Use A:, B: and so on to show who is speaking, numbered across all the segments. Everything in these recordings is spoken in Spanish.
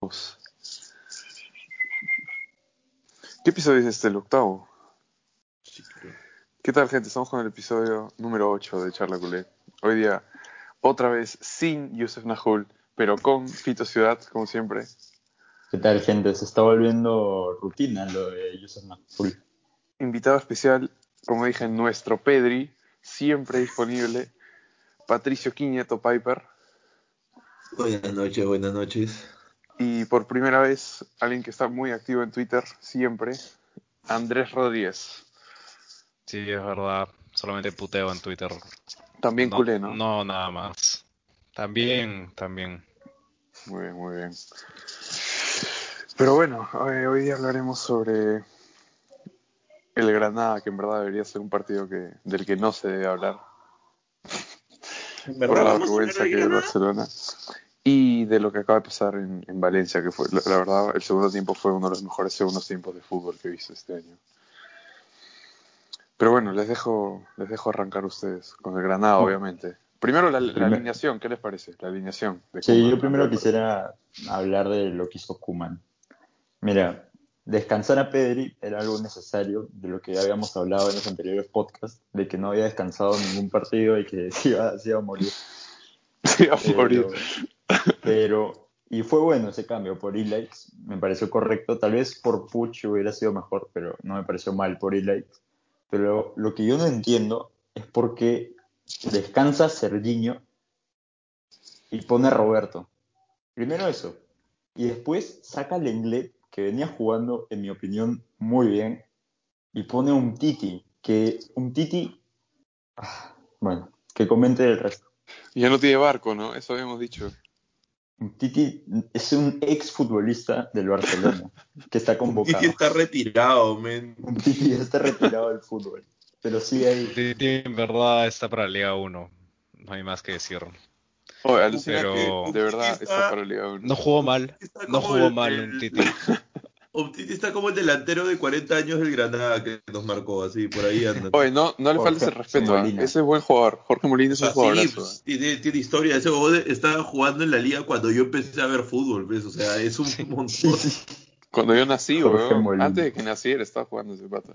A: Vamos. ¿Qué episodio es este? El octavo.
B: Sí, creo.
A: ¿Qué tal, gente? Estamos con el episodio número 8 de Charla Culé. Hoy día, otra vez sin Yusef Nahul, pero con Fito Ciudad, como siempre.
C: ¿Qué tal, gente? Se está volviendo rutina lo de Yusuf Naful.
A: Invitado especial, como dije, nuestro Pedri, siempre disponible. Patricio Quiñeto Piper.
B: Buenas noches, buenas noches.
A: Y por primera vez, alguien que está muy activo en Twitter, siempre, Andrés Rodríguez.
D: Sí, es verdad. Solamente puteo en Twitter.
A: También
D: no,
A: culé, ¿no?
D: No, nada más. También, también.
A: Muy bien, muy bien. Pero bueno, eh, hoy día hablaremos sobre el Granada, que en verdad debería ser un partido que, del que no se debe hablar.
B: En
A: Por la vergüenza que es Barcelona. Y de lo que acaba de pasar en, en Valencia, que fue, la, la verdad, el segundo tiempo fue uno de los mejores segundos tiempos de fútbol que he visto este año. Pero bueno, les dejo, les dejo arrancar ustedes con el Granada, obviamente. Primero la, la
C: Primero.
A: alineación, ¿qué les parece? La alineación. de
C: Sí,
A: Koeman.
C: yo primero quisiera hablar de lo que hizo Kuman. Mira, descansar a Pedri era algo necesario, de lo que ya habíamos hablado en los anteriores podcasts, de que no había descansado ningún partido y que se iba, se iba a morir.
A: Sí, a
C: Eh, Pero-
A: morir.
C: Pero, y fue bueno ese cambio por Ilaix, me pareció correcto. Tal vez por Puch hubiera sido mejor, pero no me pareció mal por Ilaix. Pero lo que yo no entiendo es por qué descansa Serginho y pone a Roberto. Primero eso. Y después saca a Lenglet, que venía jugando, en mi opinión, muy bien, y pone a un Titi, que un Titi... ah, Bueno, que comente el resto.
A: Ya no tiene barco, ¿no? Eso habíamos dicho.
C: Titi es un ex futbolista del Barcelona que está convocado.
B: Titi está retirado, men.
C: Titi ya está retirado del fútbol, pero sigue ahí.
D: Titi, en verdad está para Liga 1. No hay más que decir.
A: Oye, alucina
D: Pero-
A: que de verdad está para Liga uno.
D: No jugó mal.
B: Está
D: No
B: como
D: jugó
B: el-
D: mal
B: el-
D: un Titi.
B: Oh, Titi está como el delantero de 40 años del Granada que nos marcó, así, por ahí anda.
A: Oye, no, no le
C: Jorge
A: faltes el respeto. ¿eh?
C: Molina.
A: Ese es buen jugador. Jorge Molina es un
B: Así,
A: jugadorazo. ¿eh?
B: pues, tiene, tiene historia. Ese huevón estaba jugando en la liga cuando yo empecé a ver fútbol, ¿ves? O sea, es un montón.
A: Cuando yo nací,
C: Jorge
A: weón,
C: Molina.
A: Antes de que naciera estaba jugando ese pata.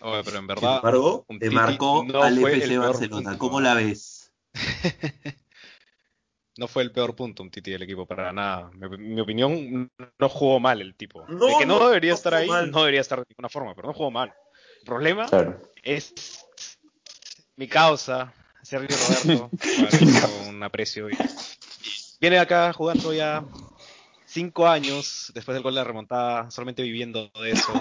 D: Oye, pero en
B: Sin
D: verdad.
B: embargo,
D: un
B: te
D: Titi
B: marcó
D: no
B: al
D: fue
B: FC
D: el peor
B: Barcelona.
D: punto.
B: ¿Cómo la ves?
D: No fue el peor punto un Titi del equipo, para nada. Mi, mi opinión, no jugó mal el tipo.
B: No,
D: de que no,
B: no,
D: debería
B: no
D: estar
B: jugó
D: ahí,
B: mal.
D: no debería estar de ninguna forma, pero no jugó mal. El problema
C: Claro.
D: es mi causa, Sergio Roberto, para que tengo un aprecio. y- Viene acá jugando ya cinco años después del gol de la remontada, solamente viviendo de eso.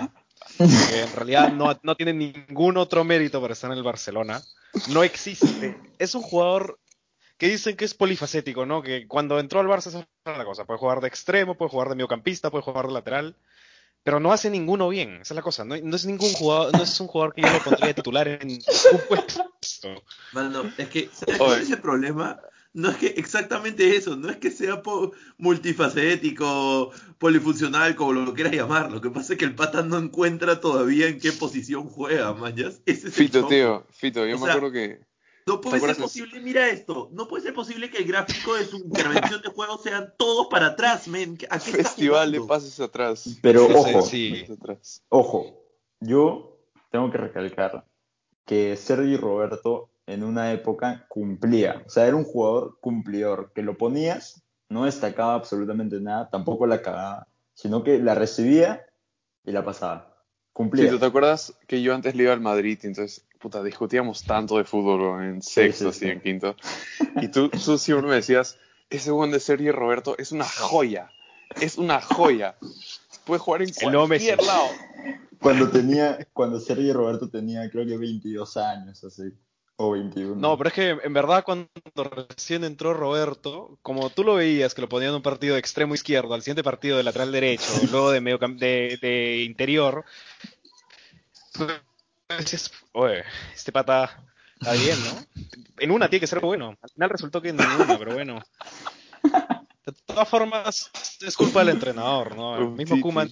D: Que en realidad no, no tiene ningún otro mérito para estar en el Barcelona. No existe. Es un jugador que dicen que es polifacético, ¿no? Que cuando entró al Barça esa era la cosa. Puede jugar de extremo, puede jugar de mediocampista, puede jugar de lateral pero no hace ninguno bien, esa es la cosa, no, no es ningún jugador, no es un jugador que yo lo pondría de titular en ningún puesto.
B: Mano, es que, ¿sabes
A: Oye.
B: cuál es el problema? No es que exactamente eso, no es que sea po- multifacético, polifuncional, como lo quieras llamar. Lo que pasa es que el pata no encuentra todavía en qué posición juega, man. ¿ya? Ese es el
A: Fito,
B: show.
A: tío, Fito, yo
B: O
A: me
B: sea,
A: acuerdo que.
B: No
A: ¿Te
B: puede ser
A: acuerdas?
B: posible, mira esto, no puede ser posible que el gráfico de su intervención de juego sean todos para atrás, men. ¿A qué está
A: Festival de
B: jugando?
A: pases atrás.
C: Pero
D: Sí,
C: ojo,
D: sí.
A: Pases atrás.
C: ojo, yo tengo que recalcar que Sergi Roberto en una época cumplía, o sea, era un jugador cumplidor, que lo ponías, no destacaba absolutamente nada, tampoco la cagaba, sino que la recibía y la pasaba. Cumplía.
A: Fito, ¿te acuerdas que yo antes le iba al Madrid y entonces, puta, discutíamos tanto de fútbol weón, en sexto, así
C: sí, sí.
A: en quinto? Y tú, tú siempre me decías, ese buen de Sergio Roberto es una joya. Es una joya. Puede jugar en
D: El nuevo Messi.
A: cualquier lado.
C: Cuando tenía, cuando Sergio Roberto tenía creo que 22 años, así, o 21.
D: No, pero es que en verdad cuando recién entró Roberto, como tú lo veías, que lo ponían en un partido de extremo izquierdo, al siguiente partido de lateral derecho, luego de medio de, de interior, tú decías, oye, este pata está bien, ¿no? En una tiene que ser bueno. Al final resultó que en ninguna, pero bueno. De todas formas, es culpa del entrenador, ¿no? El mismo Kuman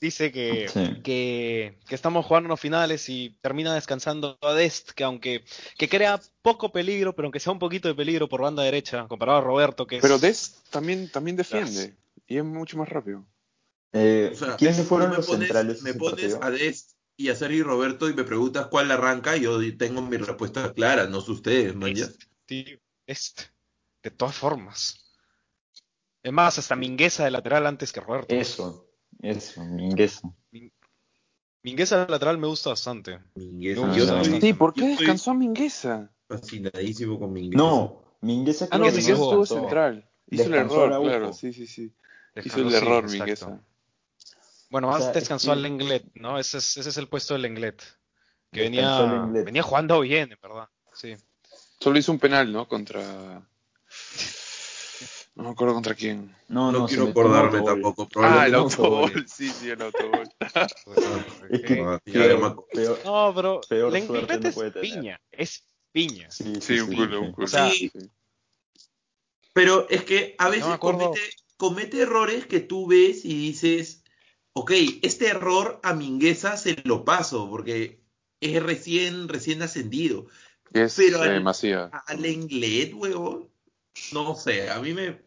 D: dice que,
C: Sí.
D: que, que estamos jugando unos finales y termina descansando a Dest, que aunque que crea poco peligro, pero aunque sea un poquito de peligro por banda derecha, comparado a Roberto, que es...
A: Pero Des también, también defiende. y es mucho más rápido.
C: Eh,
B: O sea,
C: ¿Quiénes
B: tú
C: fueron
B: me
C: los
B: pones,
C: centrales? de
B: me
C: ese
B: pones
C: partido?
B: a Dest y a Sergi Roberto y me preguntas cuál arranca, yo tengo mi respuesta clara, no sé ustedes, man. ya.
D: Tío, este, de todas formas. Es más, hasta Mingueza de lateral antes que
C: Eh,
D: Roberto.
C: Eso, eso, Mingueza.
D: Mingueza de lateral me gusta bastante.
B: Mingueza,
D: No,
B: yo
C: no,
B: estoy
C: no.
A: Ah, Sí, ¿por qué
B: yo estoy-
A: descansó a Mingueza?
B: fascinadísimo con Mingueza.
C: No, Mingueza
A: Ah, no,
D: Mingueza
C: que
A: Mingueza estuvo
C: descansó.
A: central. Hizo el
C: Descansó
A: error,
C: Araujo.
A: claro, sí, sí, sí. Hizo
D: Descansó,
A: el
D: sí,
A: error
D: exacto.
A: Mingueza.
D: Bueno,
C: O
D: más
C: sea,
D: descansó
C: es que-
D: al Englet, ¿no? Ese es, ese es el puesto del Englet.
C: Descansó
D: Que venía,
C: al Englet.
D: venía jugando bien, en verdad. Sí.
A: Solo hizo un penal, ¿no? Contra... No me acuerdo contra quién.
C: No,
B: No,
C: no, se
B: quiero
C: metió un
B: acordarme
C: autogol.
B: tampoco.
A: Ah, el
B: Probablemente.
A: autogol. Sí, sí, el autogol.
C: Es que
D: Ok.
B: Ah, sí,
C: peor-
B: ya me
C: peor-
B: acuerdo.
D: pues, eh, No, pero
C: Peor
D: el
C: suerte
D: Englet
C: no
D: es
C: puede tener.
D: piña. Es piña.
C: Sí,
A: Sí, un culo, un culo.
D: O sea,
A: Sí.
B: Pero es que a veces
D: me acuerdo.
B: comete, comete errores que tú ves y dices, ok, este error a Mingueza se lo paso porque es recién, recién ascendido.
A: Y es
B: Pero
A: eh,
B: el- Ah,
A: Macías.
B: Al inglés, huevón. No sé, a mí me...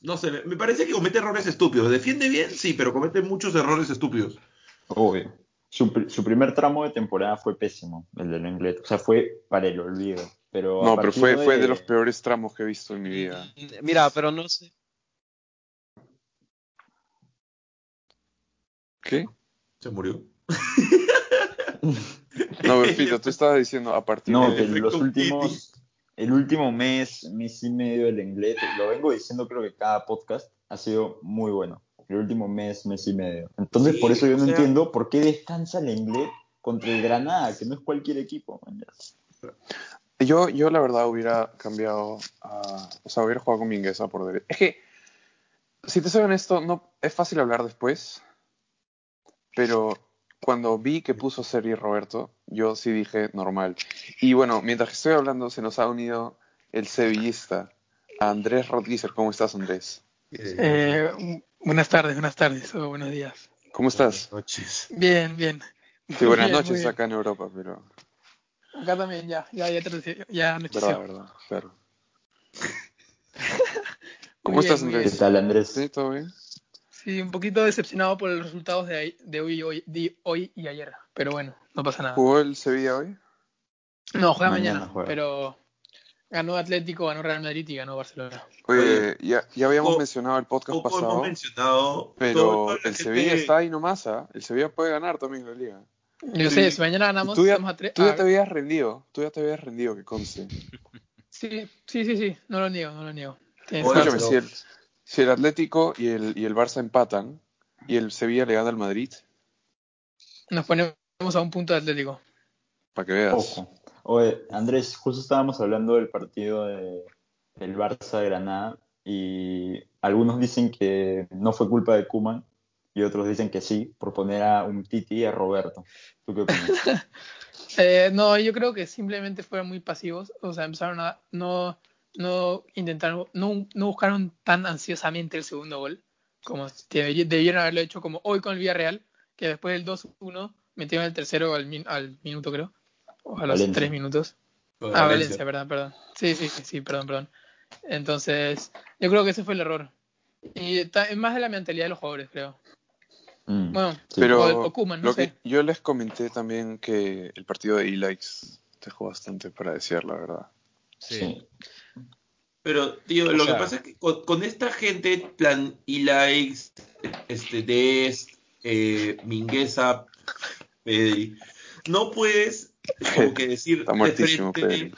B: No sé, me- me parece que comete errores estúpidos. Defiende bien, sí, pero comete muchos errores estúpidos.
C: Obvio. Su, pri- su primer tramo de temporada fue pésimo, el del inglés. O sea, fue para el olvido. Pero a
A: No, pero
C: partir
A: fue, fue de los peores tramos que he visto en mi vida.
D: Mira, pero no sé.
A: ¿Qué?
B: Se murió.
A: No, Berfito, tú estabas diciendo a partir
C: No,
A: de...
C: que
B: Efecto
C: los
B: Kitty.
C: últimos. El último mes, mes y medio del inglés, lo vengo diciendo creo que cada podcast ha sido muy bueno. El último mes, mes y medio. Entonces,
B: Sí,
C: por eso yo
B: o
C: no
B: sea-
C: entiendo por qué descansa el inglés contra el Granada, que no es cualquier equipo. man.
A: Yo, yo la verdad hubiera cambiado a... O sea, hubiera jugado con Mingueza por derecha. Es que, si te soy honesto, no, es fácil hablar después, pero cuando vi que puso Seri Roberto, yo sí dije normal. Y bueno, mientras que estoy hablando, se nos ha unido el sevillista, Andrés Rodríguez. ¿Cómo estás, Andrés?
E: Eh, bu- buenas tardes, buenas tardes o buenos días.
A: ¿Cómo estás?
B: noches.
E: Bien, bien.
A: Sí, buenas
E: Bien, muy
A: noches
E: bien.
A: acá en Europa, pero...
E: Acá también ya, ya, ya, anocheció- ya anocheció.
A: Verdad, verdad, claro. ¿Cómo
E: Muy bien,
A: estás,
E: muy
C: ¿Qué
B: Pues,
A: Andrés?
C: tal, Andrés?
A: ¿Sí, todo bien?
E: Sí, un poquito decepcionado por los resultados de, ahí- de hoy, hoy, de hoy y ayer, pero bueno, no pasa nada.
A: ¿Jugó el Sevilla hoy?
E: No, juega mañana,
C: Mañana juega.
E: pero ganó Atlético, ganó Real Madrid y ganó Barcelona.
A: Oye, ya, ya habíamos
B: poco-
A: mencionado el podcast
B: Poco
A: pasado,
B: hemos mencionado.
A: pero
B: toda la
A: el
B: gente-
A: Sevilla está ahí nomás, ¿ah? El Sevilla puede ganar también la liga.
E: Yo
B: Sí.
E: sé, si mañana ganamos,
A: Tú ya-
E: estamos a tres.
A: Tú ya
E: ah,
A: te habías rendido, tú ya te habías rendido, que conste.
E: sí, sí, sí, sí, no lo niego, no lo niego. Tienes
B: Hola,
A: Escúchame,
B: pero-
A: si el, si el Atlético y el, y el Barça empatan y el Sevilla le gana al Madrid,
E: razón. Nos ponemos a un punto de Atlético.
A: para que veas.
B: pues.
C: Ojo. Oye, Andrés, justo estábamos hablando del partido de, del Barça-Granada y algunos dicen que no fue culpa de Kuman y otros dicen que sí, por poner a un Titi y a Roberto. ¿Tú qué opinas?
E: Eh, no, yo creo que simplemente fueron muy pasivos, o sea, empezaron a no, no intentaron, no, no buscaron tan ansiosamente el segundo gol como deberí- debieron haberlo hecho como hoy con el Villarreal, que después del 2-1 metieron el tercero al, min- al minuto creo, o a los
C: Valencia.
E: tres minutos. Ah, Valencia, perdón, perdón. Sí, sí, sí, sí, perdón, perdón. Entonces, yo creo que ese fue el error. Y ta- es más de la mentalidad de los jugadores, creo.
C: Mm,
E: Bueno,
C: sí.
A: Pero
E: O- o Koeman, no
A: lo que
E: sé.
A: yo les comenté también que el partido de Ilaix dejó bastante para desear, la verdad.
D: Sí.
B: Pero, tío,
D: O
B: lo
D: sea-
B: que pasa es que con, con esta gente, plan Ilaix, este, Dest, eh, Mingueza, Pedri, no puedes como que decir
A: Está
B: de
A: muertísimo,
B: frente,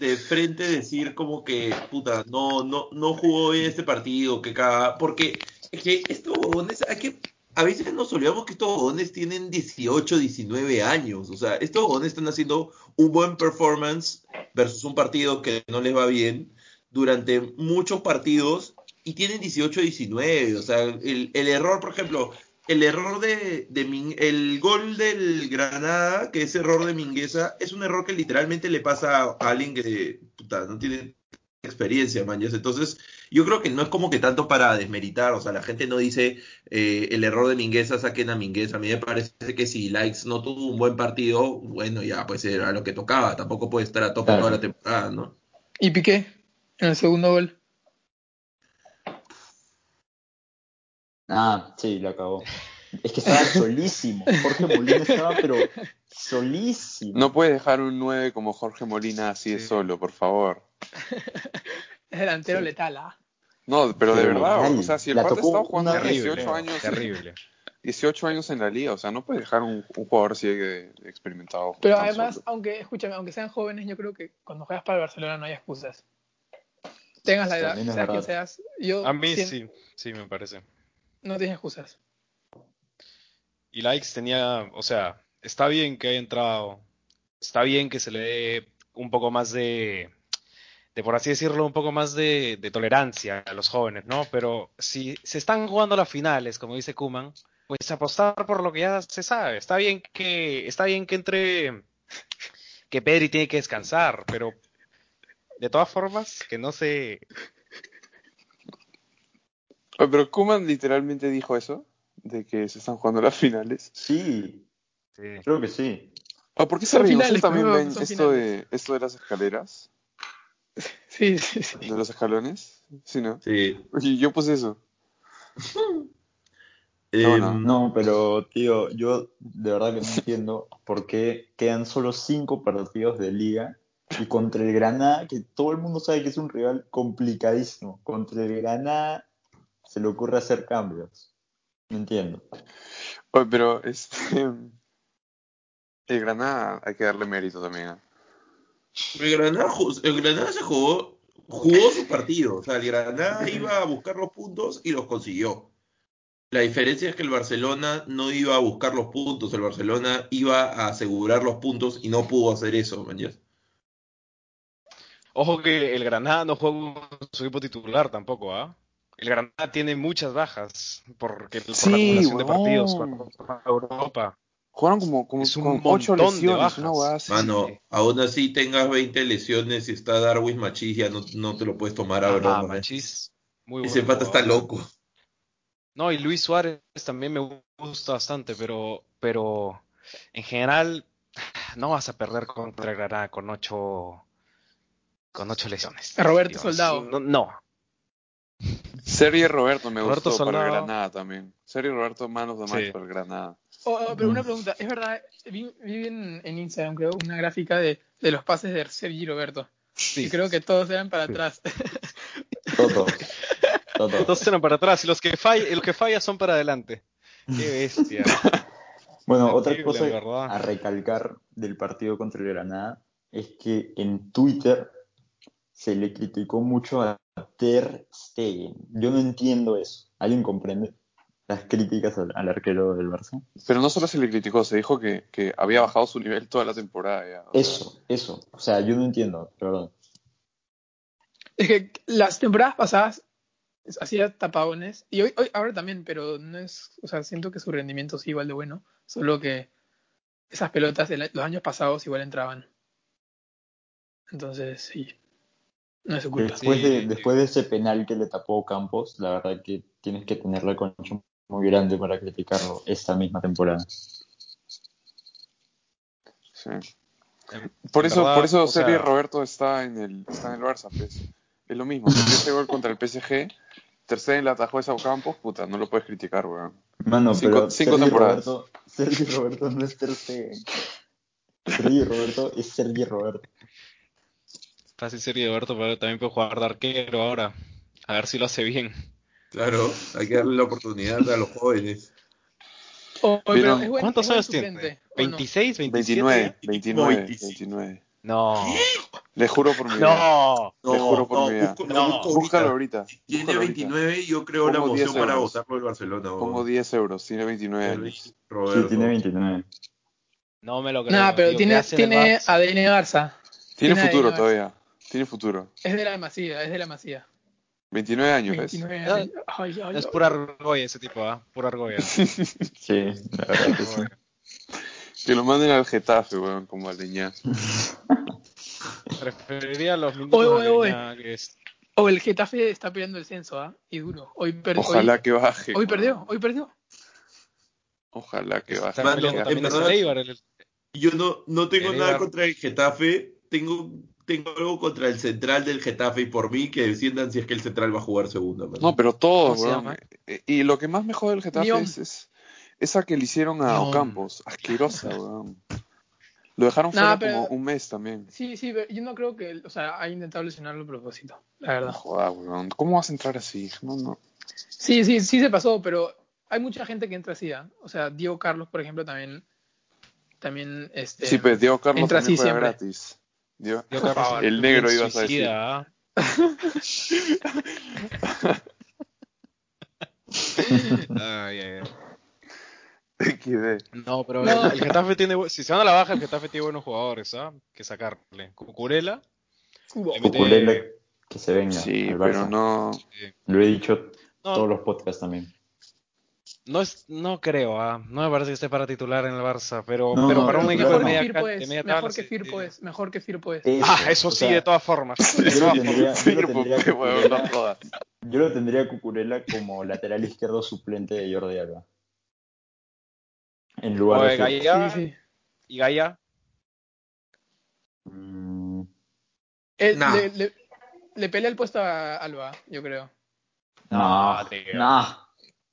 B: de frente decir como que, puta, no, no, no jugó bien este partido, que cada... Porque es que estos huevones, hay que... A veces nos olvidamos que estos huevones tienen 18, 19 años. O sea, estos huevones están haciendo un buen performance versus un partido que no les va bien durante muchos partidos y tienen 18, 19. O sea, el, el error, por ejemplo, el error de, de Min- el gol del Granada, que es error de Mingueza, es un error que literalmente le pasa a alguien que puta, no tiene experiencia, mañas. Entonces, yo creo que no es como que tanto para desmeritar, o sea, la gente no dice eh, el error de Mingueza, saquen a Mingueza. A mí me parece que si Likes no tuvo un buen partido, bueno, ya pues era lo que tocaba, tampoco puede estar a tope
C: Claro.
B: toda la temporada, ¿no?
E: Y Piqué en el segundo gol.
C: Ah, sí, la acabó. Es que estaba solísimo. Jorge Molina estaba, pero solísimo.
A: No puedes dejar un 9 como Jorge Molina así de
D: Sí.
A: solo, por favor.
E: Es delantero
C: Sí.
E: letal, ¿ah?
A: No, pero de
C: Pero
A: verdad,
C: letal.
A: o sea, si el
C: La
A: pata
C: tocó
A: estaba jugando
C: una-
A: 18
D: Terrible,
A: años,
D: terrible.
A: 18 años en la liga, o sea, no puedes dejar un, un jugador así de de experimentado.
E: Pero
A: tan
E: además,
A: solo.
E: aunque, escúchame, aunque sean jóvenes, yo creo que cuando juegas para el Barcelona no hay excusas. Tengas la edad,
C: También es
E: seas quien
C: verdad.
E: seas, yo
D: A mí
E: sien-
D: sí, sí me parece.
E: no tienes excusas.
D: Y Likes tenía, o sea, está bien que haya entrado, está bien que se le dé un poco más de, de por así decirlo, un poco más de, de tolerancia a los jóvenes, ¿no? Pero si se están jugando las finales, como dice Kuman, pues apostar por lo que ya se sabe. Está bien que, está bien que entre, que Pedri tiene que descansar, pero de todas formas, que no se,
A: Oye, Pero Kuman literalmente dijo eso, de que se están jugando las finales.
C: Sí,
D: se-
C: creo que sí.
A: Ah, ¿Por qué se
E: Son
A: ríen? ¿Ustedes
E: finales,
A: también
E: huevón,
A: ven
E: son
A: esto de, esto de las escaleras?
E: Sí, sí, sí.
A: ¿De los escalones? Sí, ¿no?
B: Sí.
A: Oye, yo puse eso.
B: Em,
A: no.
C: No, pero tío, yo de verdad que no entiendo por qué quedan solo cinco partidos de liga y contra el Granada, que todo el mundo sabe que es un rival complicadísimo, contra el Granada se le ocurre hacer cambios. No entiendo.
A: Oye, pero este... El Granada hay que darle mérito también. ¿eh?
B: El Granada, ju- el Granada se jugó, jugó su partido. O sea, el Granada iba a buscar los puntos y los consiguió. La diferencia es que el Barcelona no iba a buscar los puntos, el Barcelona iba a asegurar los puntos y no pudo hacer eso, man. ya.
D: Ojo que el Granada no juega con su equipo titular tampoco, ¿ah? El Granada tiene muchas bajas porque por
A: Sí,
D: la acumulación de
A: huevón.
D: partidos con Copa Europa.
A: Jugaron como, como
D: Es un
A: con ocho
D: montón de
A: lesiones,
D: bajas.
A: una hueá así.
B: Mano,
D: sí.
B: Ah, aún así tengas 20 lesiones y está Darwin Machis, ya no, no te lo puedes tomar a broma.
D: Ah,
B: man.
D: Machís, muy
B: Ese
D: buen
B: pata está
D: jugador.
B: loco.
D: No, y Luis Suárez también me gusta bastante, pero, pero en general no vas a perder contra el Granada con ocho, con ocho lesiones.
E: Roberto
D: Dios,
E: Soldado.
D: No, no.
A: Sergio Roberto me
D: Roberto
A: gustó para el
D: Soldado.
A: Granada también. Sergio Roberto, manos de más
D: Sí.
A: para el Granada.
E: Oh, oh,
C: Mm.
E: pero una pregunta, es verdad, vi, vi en, en Instagram, creo, una gráfica de, de los pases de Sergi Roberto. Y creo que todos eran para atrás.
C: Toto. Toto.
D: Entonces eran para atrás y los que fall- los que fallan son para adelante. Qué bestia.
C: Bueno, otra
D: Terrible,
C: cosa
D: en verdad.
C: a recalcar del partido contra el Granada es que en Twitter se le criticó mucho a Ter Stegen. Yo no entiendo eso. ¿Alguien comprende las críticas al, al arquero del Barça?
A: Pero no solo se le criticó, se dijo que, que había bajado su nivel toda la temporada. ya, o sea.
C: Eso, eso. O sea, yo no entiendo, perdón.
E: Es que las temporadas pasadas hacía tapabones y hoy, hoy ahora también, pero no es, o sea, siento que su rendimiento es igual de bueno, solo que esas pelotas de la- los años pasados igual entraban. Entonces, sí. No es su culpa.
C: Después,
D: Sí,
C: de,
D: sí.
C: después de ese penal que le tapó Campos, la verdad que tienes que tener la concha muy grande para criticarlo esta misma temporada.
A: Sí.
D: En-
A: Por
D: en
A: eso,
D: verdad,
A: por eso
D: o sea,
A: Sergio Roberto está en el, está en el Barça, pues. Es lo mismo. Metió ese gol contra el PSG, tercero en la atajó de Sao Campos, puta, no lo puedes criticar, weón.
C: Mano,
A: Cinco-
C: pero
A: cinco
C: Sergi
A: temporadas.
C: Roberto, Sergi Roberto no es Ter Stegen. Sergi Roberto es Sergi Roberto.
D: Fácil sería Roberto, pero también puede jugar de arquero ahora. A ver si lo hace bien.
B: Claro, hay que darle la oportunidad a los jóvenes.
E: O- o- Oh, pero
A: ¿Vieron?
E: es buen-
D: ¿Cuántos
E: es buen
D: años tiene?
E: suplente, ¿o no?
D: ¿26, 27?
A: 29, 29,
B: 25.
A: 29.
D: No.
A: Le juro por mi vida.
D: No.
A: Te juro por mi vida.
B: busco-
D: No,
B: busco ahorita.
A: Búscalo ahorita.
B: Tiene
A: búscalo ahorita.
B: 29, yo creo la
A: Pongo 10
B: moción para
A: euros.
B: votarlo el Barcelona. weón.
A: Pongo 10 euros, tiene 29 años.
B: Roberto.
C: Sí, tiene 29.
D: No me lo creo.
E: Nah, pero
D: tío, ¿qué
E: tiene,
D: hace en el
E: tiene
D: Barça?
E: ADN Barça.
A: Tiene
E: Tiene
A: futuro
E: ahí,
A: todavía. Tiene futuro.
E: Es de la Masía, es de la Masía.
A: 29 años, ¿ves?
E: 29
D: Ah,
E: años. Ay, ay,
D: Es
E: ay.
D: pura argolla ese tipo, ¿ah? Pura argolla.
C: Sí, la verdad que sí.
A: Que lo manden al Getafe, weón, como al Leñá.
D: Preferiría a los minutos
E: Oye, oye,
D: de
E: oye.
D: Leña, que es-
E: O Oh, el Getafe está peleando el censo, ¿ah? Y duro. Hoy, per- hoy-
A: Ojalá que baje.
E: hoy
A: weón.
E: perdió, hoy perdió.
A: Ojalá que
D: está
A: baje.
B: Mano,
D: peleando
A: Ya.
D: también
B: en
D: es
B: verdad-
D: Eibar, el-
B: Yo no, no tengo
D: El
B: nada
D: Eibar.
B: contra el Getafe, tengo tengo algo contra el central del Getafe y por mí que deciendan si es que el central va a jugar segundo. man.
A: No, pero todos,
D: ¿Cómo se
A: weón.
D: llama?
A: Eh, Y lo que más me jode del Getafe
E: Mion.
A: es, es esa que le hicieron a
D: Mion.
A: Ocampos. Asquerosa, weón. Lo dejaron
E: Nah,
A: fuera
E: pero-
A: como un mes también.
E: Sí, sí, pero yo no creo que, o sea, ha intentado lesionarlo a propósito, la
A: No
E: verdad.
A: jodas, weón. ¿Cómo vas a entrar así? No, no.
E: Sí, sí, sí se pasó, pero hay mucha gente que entra así, ¿ah? O sea, Diego Carlos, por ejemplo, también, también, este...
A: Sí, pues, pero Diego Carlos
E: entra
A: también
E: así
A: juega
E: siempre.
A: gratis. Diego-
D: Yo creo que
E: favor,
A: el negro
D: bien
A: ibas a decir.
D: suicida, ¿ah? ¿ah? Ay, ay, ay.
A: XD.
D: No, pero
E: No.
D: El, el Getafe tiene. bu- Si se van a la baja, el Getafe tiene buenos jugadores, ¿ah? Que sacarle. Cucurella.
E: Cubo.
D: Le mete-
C: Cucurella que se venga.
A: Sí,
C: al Barça.
A: pero no.
C: Lo he dicho todos
D: No,
C: los podcasts también.
D: no, es, no creo, ¿ah? No me parece que esté para titular en el Barça, pero,
C: No,
D: pero
C: no,
D: para
C: pero
D: un equipo de
E: mejor,
D: media,
E: que
D: ca-
E: Firpo
D: de
E: es,
D: media tabla.
E: mejor que
D: sí,
E: Firpo
D: sí.
E: es, mejor que Firpo
C: Eh,
E: es.
D: Ah, eso
C: o
D: sí,
C: sea,
D: de todas formas. De
C: Yo lo
D: todas
C: tendría, yo lo
A: Firpo,
C: tendría, a
A: qué weón, no
C: Cucurella-
A: jodas.
C: yo lo tendría a Cucurella como lateral izquierdo suplente de Jordi Alba. En lugar
D: formas.
C: de
D: Oye,
C: Firpo.
D: Gaia
E: Sí, sí.
D: y Gaia.
C: Mm,
E: Él-
B: Nah.
E: le, le- le pelea el puesto a Alba, yo creo.
C: No,
D: No, tío.
C: no,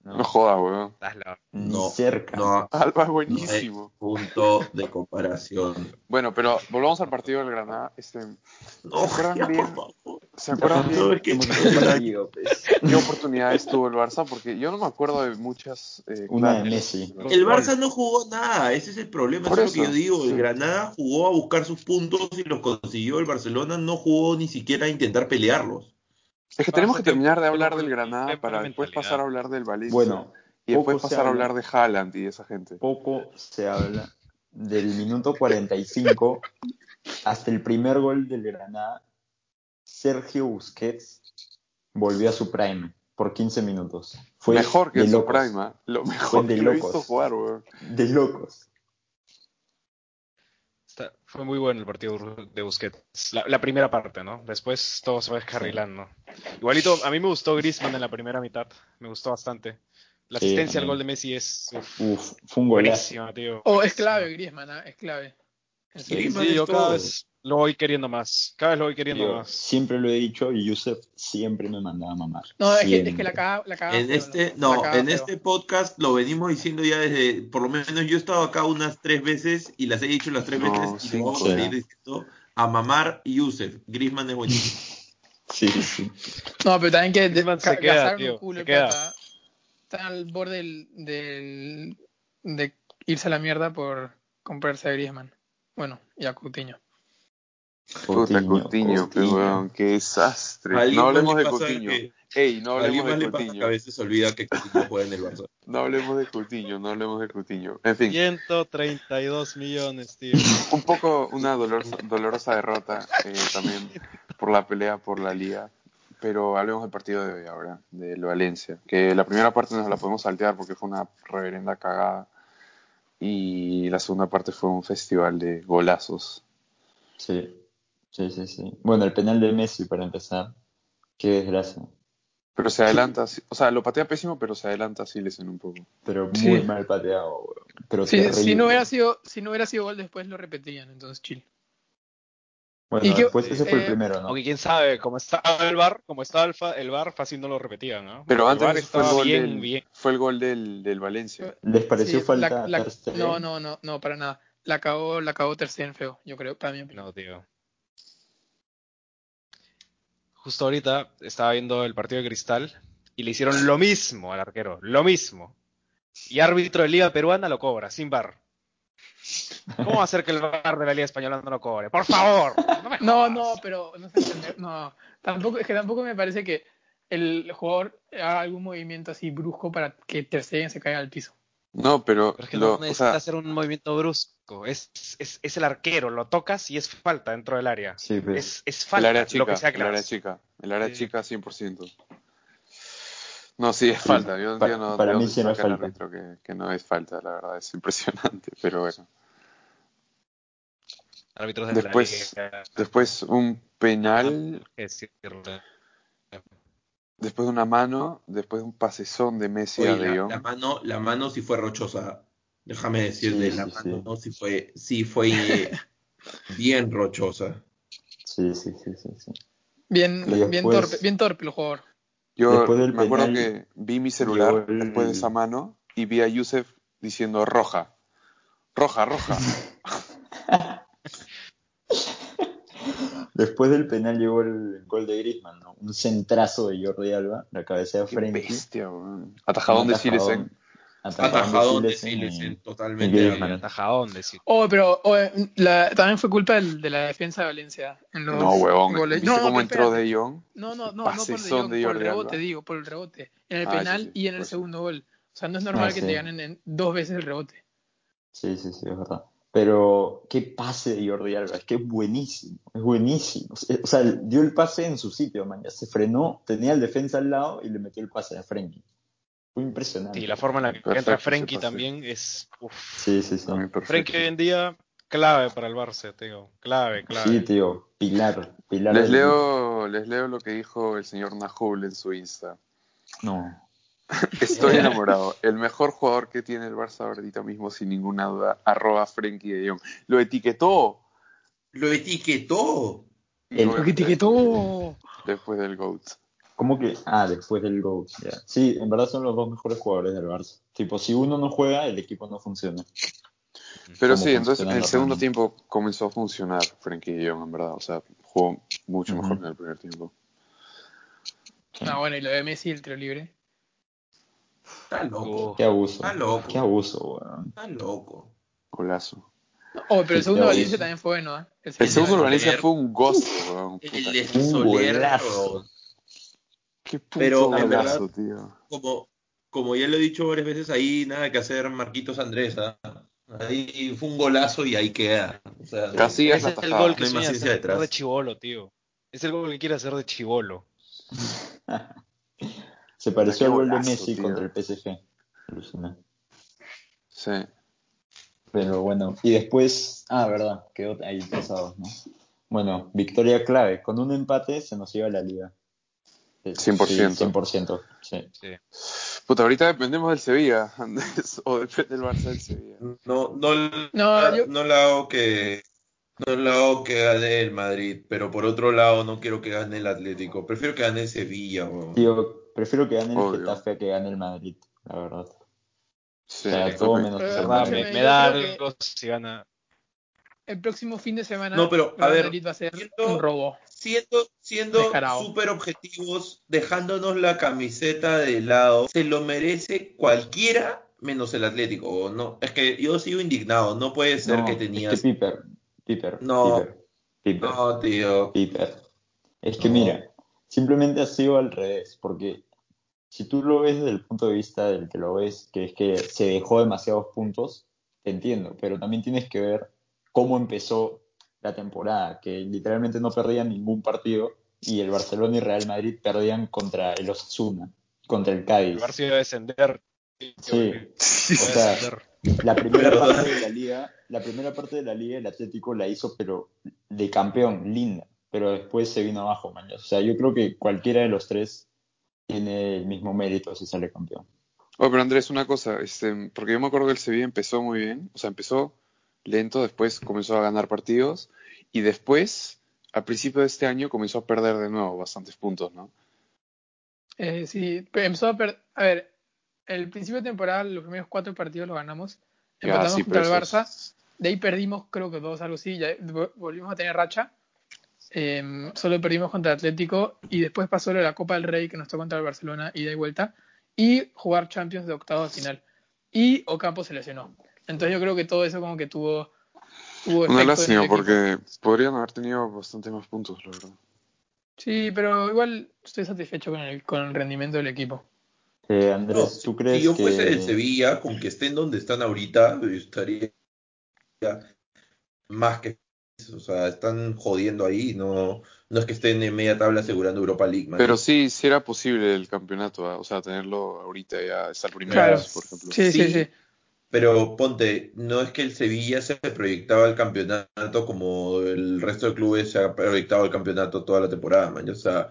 A: No jodas, weón.
D: Estás loco.
C: ni
B: No,
C: cerca.
B: No,
A: Alba es buenísimo.
B: punto de comparación.
A: Bueno, pero volvamos al partido del Granada. Este,
B: No,
A: ¿Se acuerdan
B: ya,
A: bien?
B: por favor.
A: ¿Se acuerdan bien
B: No, es que
C: Como que
B: chuta,
C: está frío, pues.
A: qué oportunidades tuvo el Barça? Porque yo no me acuerdo de muchas. eh,
C: Una de
A: claras.
C: Messi.
B: El Barça no jugó nada, ese es el problema,
A: Por
B: eso es lo que
A: eso,
B: yo digo.
A: sí.
B: El Granada jugó a buscar sus puntos y los consiguió. El Barcelona no jugó ni siquiera a intentar pelearlos.
A: Es que
D: Barça
A: tenemos que
D: tiene-
A: terminar de
D: tiene
A: hablar del
D: una-
A: Granada
D: tiene
A: para
D: una
A: después
D: mentalidad.
A: pasar a hablar del Valencia.
C: Bueno,
A: y después
C: poco se
A: pasar a
C: habla.
A: hablar de Haaland y esa gente.
C: poco se habla del minuto 45 hasta el primer gol del Granada. Sergio Busquets volvió a su prime por 15 minutos. Fue
A: mejor que
C: Pues, de
A: su
C: locos,
A: prime, ¿ah? lo mejor
C: Fue de
A: que lo he
C: locos.
A: visto jugar, weón.
C: De locos.
D: Está- fue muy bueno el partido de Busquets. La, la primera parte, ¿no? Después todo se va descarrilando. Igualito, a mí me gustó Griezmann en la primera mitad. Me gustó bastante. La
C: Sí,
D: asistencia
C: también.
D: al gol de Messi es uf,
C: Uf, fue un golazo.
D: buenísima, tío.
E: Oh, es clave, Griezmann, ¿ah? es clave. En
C: Sí,
E: serio.
B: Griezmann
D: Sí,
B: es
D: yo
B: todo.
D: cada vez lo voy queriendo más. Cada vez lo voy queriendo
C: Yo
D: más.
C: siempre lo he dicho y Yusef siempre me mandaba a mamar.
E: No, es que, es que
C: Siempre.
E: la caga, la caga
B: en
E: feo,
B: este,
E: La
B: no,
E: caga
B: en
E: feo.
B: este podcast lo venimos diciendo ya desde, por lo menos yo he estado acá unas tres veces y las he dicho las tres
A: No,
B: veces y lo vamos a
C: sí.
B: seguir diciendo a mamar y Yusef. Griezmann es buenísimo.
C: Sí, sí, sí.
E: No, pero también que de,
D: Griezmann se
E: ca-
D: queda,
E: gastaron
D: tío,
E: un culo
D: se
E: de
D: queda.
E: plata. Están al borde del, del- de irse a la mierda por comprarse a Griezmann. Bueno, y a Coutinho.
A: Puta,
C: Coutinho,
A: Coutinho, pues,
C: Coutinho.
A: weón, qué desastre.
B: A alguien
A: No
B: más
A: hablemos
B: le
A: de
B: pasa
A: Coutinho.
B: que-
A: Ey, no
B: a
A: hablemos
B: alguien más
A: de
B: le pasa que
A: Coutinho.
B: a veces se olvida que Coutinho juega en el Barça.
A: No hablemos de Coutinho, no hablemos de Coutinho. En fin,
D: 132 millones, tío.
A: un poco una dolorosa, dolorosa derrota eh, también por la pelea por la liga. Pero hablemos del partido de hoy ahora, del Valencia. Que la primera parte nos la podemos saltear porque fue una reverenda cagada. Y la segunda parte fue un festival de golazos.
C: Sí, sí, sí, sí. Bueno, el penal de Messi para empezar. Qué desgracia.
A: Pero se adelanta, sí- o sea, lo patea pésimo, pero se adelanta Silesen un poco.
C: Pero muy
E: Sí.
C: mal pateado, weón. Pero
E: Si,
C: terrible.
E: si, no hubiera sido, si no hubiera sido gol después, lo repetían, entonces chill.
C: Bueno,
E: ¿Y qué-
C: después ese fue el
E: eh,
C: primero, ¿no?
D: Aunque quién sabe, como estaba el bar, como estaba el, fa- el bar, fácil no lo repetían, ¿no?
A: Pero
D: El
A: antes
D: VAR
A: de eso fue el
D: estaba
A: gol,
D: bien,
A: del,
D: bien.
A: Fue el gol del, del Valencia.
C: ¿Les pareció
E: Sí,
C: falta
E: la- la-
C: Ter Stegen?
E: no, no, no, no, para nada. La acabó, la acabó Tercén feo, yo creo, para mí.
D: No, tío. Justo ahorita estaba viendo el partido de Cristal y le hicieron lo mismo al arquero, lo mismo. Y árbitro de Liga Peruana lo cobra, sin bar. ¿Cómo va a ser que el bar de la Liga Española no lo cobre? Por favor. No, me
E: No,
D: jodas.
E: no, pero no, sé entender, no. Tampoco, es que tampoco me parece que el jugador haga algún movimiento así brusco para que Tercén se caiga al piso.
A: No, pero,
D: Pero es que
A: lo-
D: no
A: o
D: necesita
A: sea,
D: hacer un movimiento brusco. Es, es, es el arquero, lo tocas y es falta dentro del área.
C: Sí, pues, pero-
D: Es, es
A: el
D: falta,
A: área
D: lo
A: chica,
D: que sea que
A: el área
D: hagas.
A: chica, el área
D: Sí.
A: chica 100%. No, sí, es falta. Yo
C: para-
A: entiendo
C: para
A: de
C: mí
A: dónde
C: sí no es
A: saca el
C: falta.
A: árbitro que, que no es falta, la verdad, es impresionante, pero bueno.
D: Árbitros de
A: Después-
D: la Liga,
A: Después un penal,
D: qué decirle.
A: después una mano, después un pasezón de Messi
B: Oye,
A: a De
B: la,
A: Jong.
B: la mano, la mano sí fue rochosa. Déjame decirle,
C: Sí,
B: la
C: sí,
B: mano sí fue, sí fue eh, bien rochosa.
C: Sí, sí, sí, sí. sí.
E: Bien,
C: Y
E: bien,
C: después-
E: torpe, bien torpe el jugador.
A: Yo
C: Después
A: me
C: del
A: acuerdo que
C: penal,
A: vi mi celular
C: llegó el-
A: después de esa mano y vi a Yusef diciendo roja, roja, roja.
C: Después del penal llegó el gol de Griezmann, ¿no? Un centrazo de Jordi Alba, la cabeza de
A: Qué
C: Frenkie.
A: bestia, weón. Atajadón de Silesen.
D: ¿eh?
B: Atajadón de
C: Silesen
B: Silesen,
C: y-
B: totalmente.
C: y
B: de
C: Griezmann.
B: acuerdo.
D: Atajadón, decir.
E: Oh, pero oh, eh, la- también fue culpa del- de la defensa de Valencia. En los
A: No, huevón.
E: goles.
A: ¿Viste cómo
E: pero
A: entró
E: espérate.
A: De Jong?
E: No, no, no, no por el,
A: Pasesón
E: de
A: de
E: Jong, por el
A: Jordi Alba.
E: rebote, digo, por el rebote. En el
A: Ah, eso
E: penal
A: sí,
E: y en el
A: pues sí.
E: segundo gol. O sea, no es normal
C: Ah,
E: que
C: sí.
E: te ganen en dos veces el rebote.
C: Sí, sí, sí, es verdad. Pero qué pase de Jordi Alba, es que es buenísimo, es buenísimo. O sea, o sea, dio el pase en su sitio, man. ya se frenó, tenía el defensa al lado y le metió el pase a Frenkie. Fue impresionante.
D: Y la forma en la que
A: Perfecto,
D: entra
A: sí,
D: Frenkie
A: sí.
D: también es. Uf.
C: Sí, sí, sí.
A: También perfecto.
D: Frenkie hoy en día, clave para el Barça, te digo. Clave, clave.
C: Sí, tío, Pilar, Pilar.
A: Les
C: del-
A: leo, les leo lo que dijo el señor Nahul en su Insta.
C: No.
A: Estoy enamorado. El mejor jugador que tiene el Barça ahorita mismo, sin ninguna duda, arroba Frenkie de Jong. Lo etiquetó.
B: Lo etiquetó.
C: El-
A: Luego-
E: Lo que etiquetó.
A: Después del GOAT.
C: ¿Cómo que? Ah, después del gol. ya. Sí, en verdad son los dos mejores jugadores del Barça. Tipo, si uno no juega, el equipo no funciona.
A: Pero
C: Cómo
A: sí, entonces en
C: funcionan
A: el
C: los
A: segundo
C: Rams.
A: tiempo comenzó a funcionar Frenkie de Jong, en verdad. O sea, jugó mucho mejor
C: Ujú.
A: que en el primer tiempo.
E: Ah, bueno, y lo de Messi, el tiro libre.
B: Está loco.
D: Oh.
C: Qué abuso.
B: Está loco.
C: Qué abuso, weón.
B: Está loco.
A: Golazo.
E: Oh, pero el segundo
C: Ya,
E: Valencia
C: sí.
E: también fue bueno, ¿eh? El
A: El
E: segundo.
A: segundo
B: de
A: Valencia
B: Soler.
A: fue un gozo, weón.
B: El
A: Puta,
B: de
C: Un
B: Soler,
C: golazo.
B: weón.
A: Qué puto
B: Pero,
C: en
A: golazo, tío.
B: como, como ya lo he dicho varias veces, ahí nada que hacer Marquitos Andrés. ¿ah? Ahí fue un golazo y ahí queda. O sea,
A: Casi
D: Ese
A: es
D: es
A: la
D: el
A: tajada.
D: gol que
B: No hay más
D: sueña
B: ciencia
D: hacer
B: detrás.
D: de chivolo, tío. Es el gol que quiere hacer de chivolo.
C: Se pareció
A: Qué
C: al gol de
A: golazo,
C: Messi
A: tío.
C: contra el PSG. Alucinante.
A: Sí.
C: Pero bueno, y después, ah, verdad, quedó ahí pasados, ¿no? Bueno, victoria clave. Con un empate se nos iba la liga. Eh,
A: 100%.
C: Sí, 100%, sí.
D: Sí.
A: Puta, ahorita dependemos del Sevilla, Andrés, o depende del Barça del Sevilla.
B: No, no,
E: No, yo-
B: no la hago que. No la hago que gane el Madrid, pero por otro lado no quiero que gane el Atlético. Prefiero que gane el Sevilla, weón.
C: Tío, prefiero que gane el
A: Obvio.
C: Getafe a que gane el Madrid, la verdad.
A: Sí,
C: o sea,
A: creo
C: todo
A: que-
C: Eh, menos
E: Pero,
C: el
D: Verdad,
E: escúchame,
D: me,
C: Madrid.
E: yo
D: me da
E: creo
D: algo si gana.
E: El próximo fin de semana
B: No, pero, a
E: Real
B: ver,
E: Madrid va a ser
B: siento-
E: un robo.
B: Siendo, siendo
E: Descarado.
B: súper objetivos, dejándonos la camiseta de lado, se lo merece cualquiera menos el Atlético. ¿o No, es que yo sigo indignado, no puede ser
C: No,
B: que
C: es
B: tenías.
C: Piper, Piper,
B: No.
C: Piper, Piper.
B: No, tío.
C: Peter. Es que
B: No.
C: mira, simplemente ha sido al revés, porque si tú lo ves desde el punto de vista del que lo ves, que es que se dejó demasiados puntos, te entiendo, pero también tienes que ver cómo empezó la temporada, que literalmente no perdían ningún partido y el Barcelona y Real Madrid perdían contra el Osasuna, contra el
D: El
C: Cádiz.
D: Barça iba a descender.
C: Sí,
D: Iba
C: o
D: a
C: sea,
D: descender.
C: la primera
B: ¿Verdad?
C: parte de la liga, la primera parte de la liga el Atlético la hizo pero de campeón, linda, pero después se vino abajo, man. O sea, yo creo que cualquiera de los tres tiene el mismo mérito si sale campeón.
A: Oye, Oh, pero Andrés, una cosa, este, porque yo me acuerdo que el Sevilla empezó muy bien, o sea, empezó lento, después comenzó a ganar partidos y después, a principio de este año, comenzó a perder de nuevo bastantes puntos, ¿no?
E: Eh, sí, pero empezó a perder. A ver, el principio de temporada, los primeros cuatro partidos los ganamos.
A: Ya,
E: Empatamos
A: sí,
E: contra el
A: pero eso
E: Barça.
A: es-
E: De ahí perdimos, creo que dos, algo así. Ya vo- volvimos a tener racha. Eh, solo perdimos contra el Atlético. Y después pasó lo de la Copa del Rey, que nos tocó contra el Barcelona, ida y vuelta. Y jugar Champions de octavo de final. Y Ocampo se lesionó. Entonces yo creo que todo eso como que tuvo. tuvo efecto
A: Una
E: en el
A: lástima,
E: equipo.
A: porque podrían haber tenido bastantes más puntos, la verdad.
E: Sí, pero igual estoy satisfecho con el, con el rendimiento del equipo.
C: Eh, Andrés,
B: No,
C: ¿tú crees
B: si yo
C: que
B: fuese del Sevilla, con que estén donde están ahorita, estaría más que. O sea, están jodiendo ahí, no, no es que estén en media tabla asegurando Europa League. man.
A: Pero sí, sí era posible el campeonato, ¿ah? o sea, tenerlo ahorita ya, estar
E: Claro.
A: primeros, por ejemplo.
E: Sí, sí,
B: Sí.
E: sí.
B: Pero ponte, no es que el Sevilla se proyectaba al campeonato como el resto de clubes se ha proyectado al campeonato toda la temporada, man. O sea,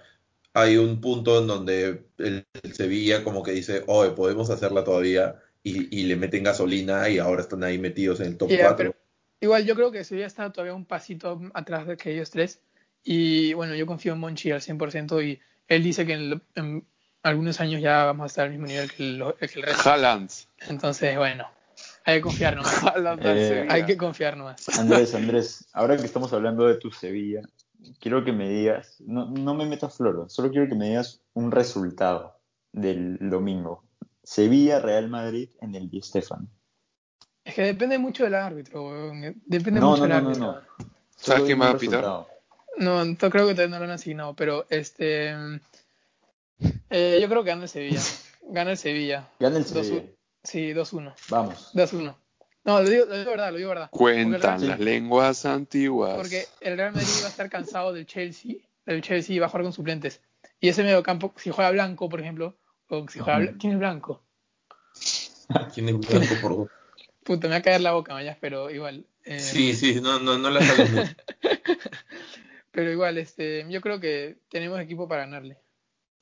B: hay un punto en donde el, el Sevilla como que dice, oye, podemos hacerla todavía y, y le meten gasolina y ahora están ahí metidos en el top
E: Ya,
B: 4.
E: pero- Igual yo creo que Sevilla está todavía un pasito atrás de que ellos tres. Y bueno, yo confío en Monchi al 100% y él dice que en, lo- en algunos años ya vamos a estar al mismo nivel que, lo- que el resto.
A: Haaland.
E: Entonces, bueno, hay que confiar nomás.
A: Haaland al
C: Eh,
A: Sevilla.
E: Hay que confiar nomás.
C: Andrés, Andrés, ahora que estamos hablando de tu Sevilla, quiero que me digas, no, no me metas floro, solo quiero que me digas un resultado del domingo. Sevilla, Real Madrid en el Di Stefano.
E: Es que depende mucho del árbitro, weón. Depende
C: No,
E: mucho
C: no,
E: del
C: no, no,
E: árbitro.
C: no.
A: ¿Sabes
C: Solo
A: quién
C: dime
A: va
C: un
A: a pitar?
C: resultado.
E: No, no creo que todavía no lo han asignado, pero este. eh, yo creo que gana el Sevilla. Gana el Sevilla.
C: Gana el
E: Dos
C: Sevilla.
E: u- Sí, 2-1.
C: Vamos.
E: 2-1. No, lo digo, lo digo verdad, lo digo verdad.
A: Cuentan
C: Sí.
A: las lenguas antiguas.
E: Porque el Real Madrid va a estar cansado del Chelsea. El Chelsea va a jugar con suplentes. Y ese medio campo, si juega Blanco, por ejemplo, o si juega. Bla- ¿Quién es Blanco?
B: ¿Quién es Blanco, por favor?
E: Puta, me va a caer la boca, mañas, pero igual. eh,
B: Sí, sí, no, no, no la sales mucho.
E: Pero igual, este, yo creo que tenemos equipo para ganarle.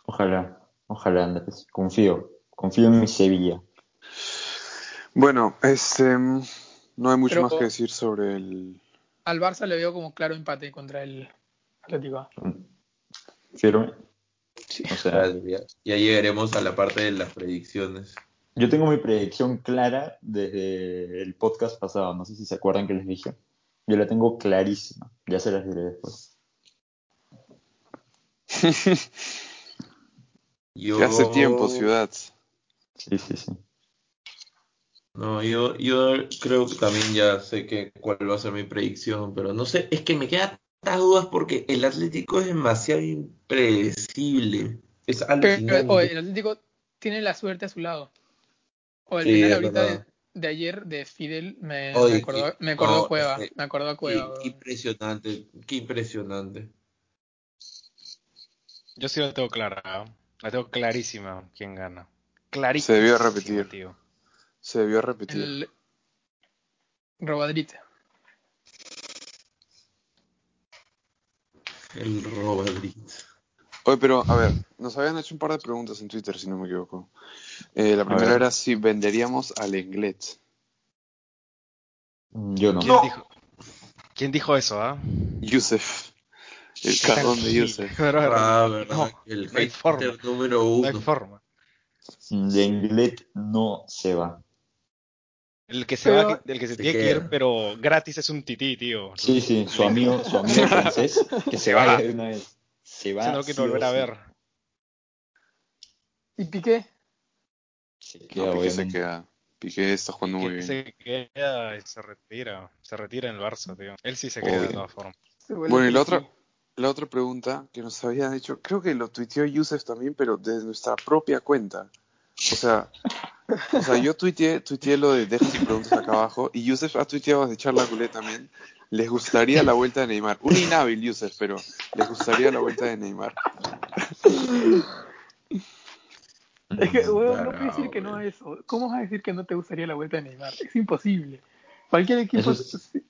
C: Ojalá, ojalá, Andrés. Confío, confío en mi Sevilla.
A: Bueno, este, mm, no hay mucho
E: Pero
A: más
E: po-
A: que decir sobre el.
E: Al Barça le veo como claro empate contra el Atlético.
C: Firme.
E: Sí.
C: O sea,
B: Ya llegaremos a la parte de las predicciones.
C: yo tengo mi predicción clara desde el podcast pasado. No sé si se acuerdan que les dije. Yo la tengo clarísima. Ya se las diré después.
B: Yo...
A: que hace tiempo, ciudad.
C: Sí, sí, sí.
B: No, yo, yo creo que también ya sé que cuál va a ser mi predicción, pero no sé, es que me quedan tantas dudas porque el Atlético es demasiado impredecible. Es
E: Pero oye,
B: alucinante.
E: el Atlético tiene la suerte a su lado. O el
B: Sí,
E: final
B: es
E: ahorita de,
B: verdad.
E: de ayer de Fidel me,
B: Oye,
E: me acordó,
B: sí.
E: me acordó
B: No,
E: Cueva.
B: este,
E: Me acordó Cueva.
B: Qué-
E: weón.
B: qué impresionante, qué impresionante.
D: Yo sí la tengo clara. ¿ah? La tengo clarísima quién gana. Clarísima.
A: Se debió repetir.
D: tío.
A: Se debió repetir.
E: el Robadrita.
B: El Robadrito.
A: Oye, pero a ver, nos habían hecho un par de preguntas en Twitter, si no me equivoco. Eh, la primera
C: ver.
A: era si venderíamos al Englet.
C: Yo no.
D: ¿Quién, dijo, ¿Quién dijo eso, ah?
A: Yusef. El cagón de Yusef.
D: Brother,
B: Ah, verdad,
D: no,
B: el
D: no hay
B: hater
D: forma.
B: número
D: No hay
B: uno.
D: forma.
C: De Inglés no se va.
D: El que se
E: Pero-
D: va, el que se
B: Se
D: tiene que
B: queda.
D: ir, pero gratis es un tití, tío.
C: Sí, sí, su amigo, su amigo francés, que se vaya de una vez. Se va.
D: Se no quiero
C: sí o
D: volver a
C: sí.
D: ver.
E: ¿Y Piqué?
C: Se queda,
A: No, Piqué se
C: obviamente.
A: queda. Piqué está jugando muy
D: Que
A: bien.
D: se queda y se retira. Se retira en el Barça, tío. Él sí se queda de
A: Obvio.
D: todas formas.
E: Se vuelve
A: Bueno, y la
E: Messi.
A: otra, la otra pregunta que nos habían hecho, creo que lo tuiteó Yusef también, pero desde nuestra propia cuenta. O sea, o sea yo tuiteé, tuiteé lo de deja tus preguntas acá abajo y Yusef ha tuiteado desde Charla Culé también. Les gustaría la vuelta de Neymar. Un inhábil, Yusef, pero les gustaría la vuelta de Neymar.
E: Es
C: Mm,
E: que, weón, no
B: Cagao,
E: puedes decir que no a
B: weón.
E: eso. ¿Cómo vas a decir que no te gustaría la vuelta de Neymar? Es imposible. Cualquier equipo,
C: Eso es-
E: si,
C: eso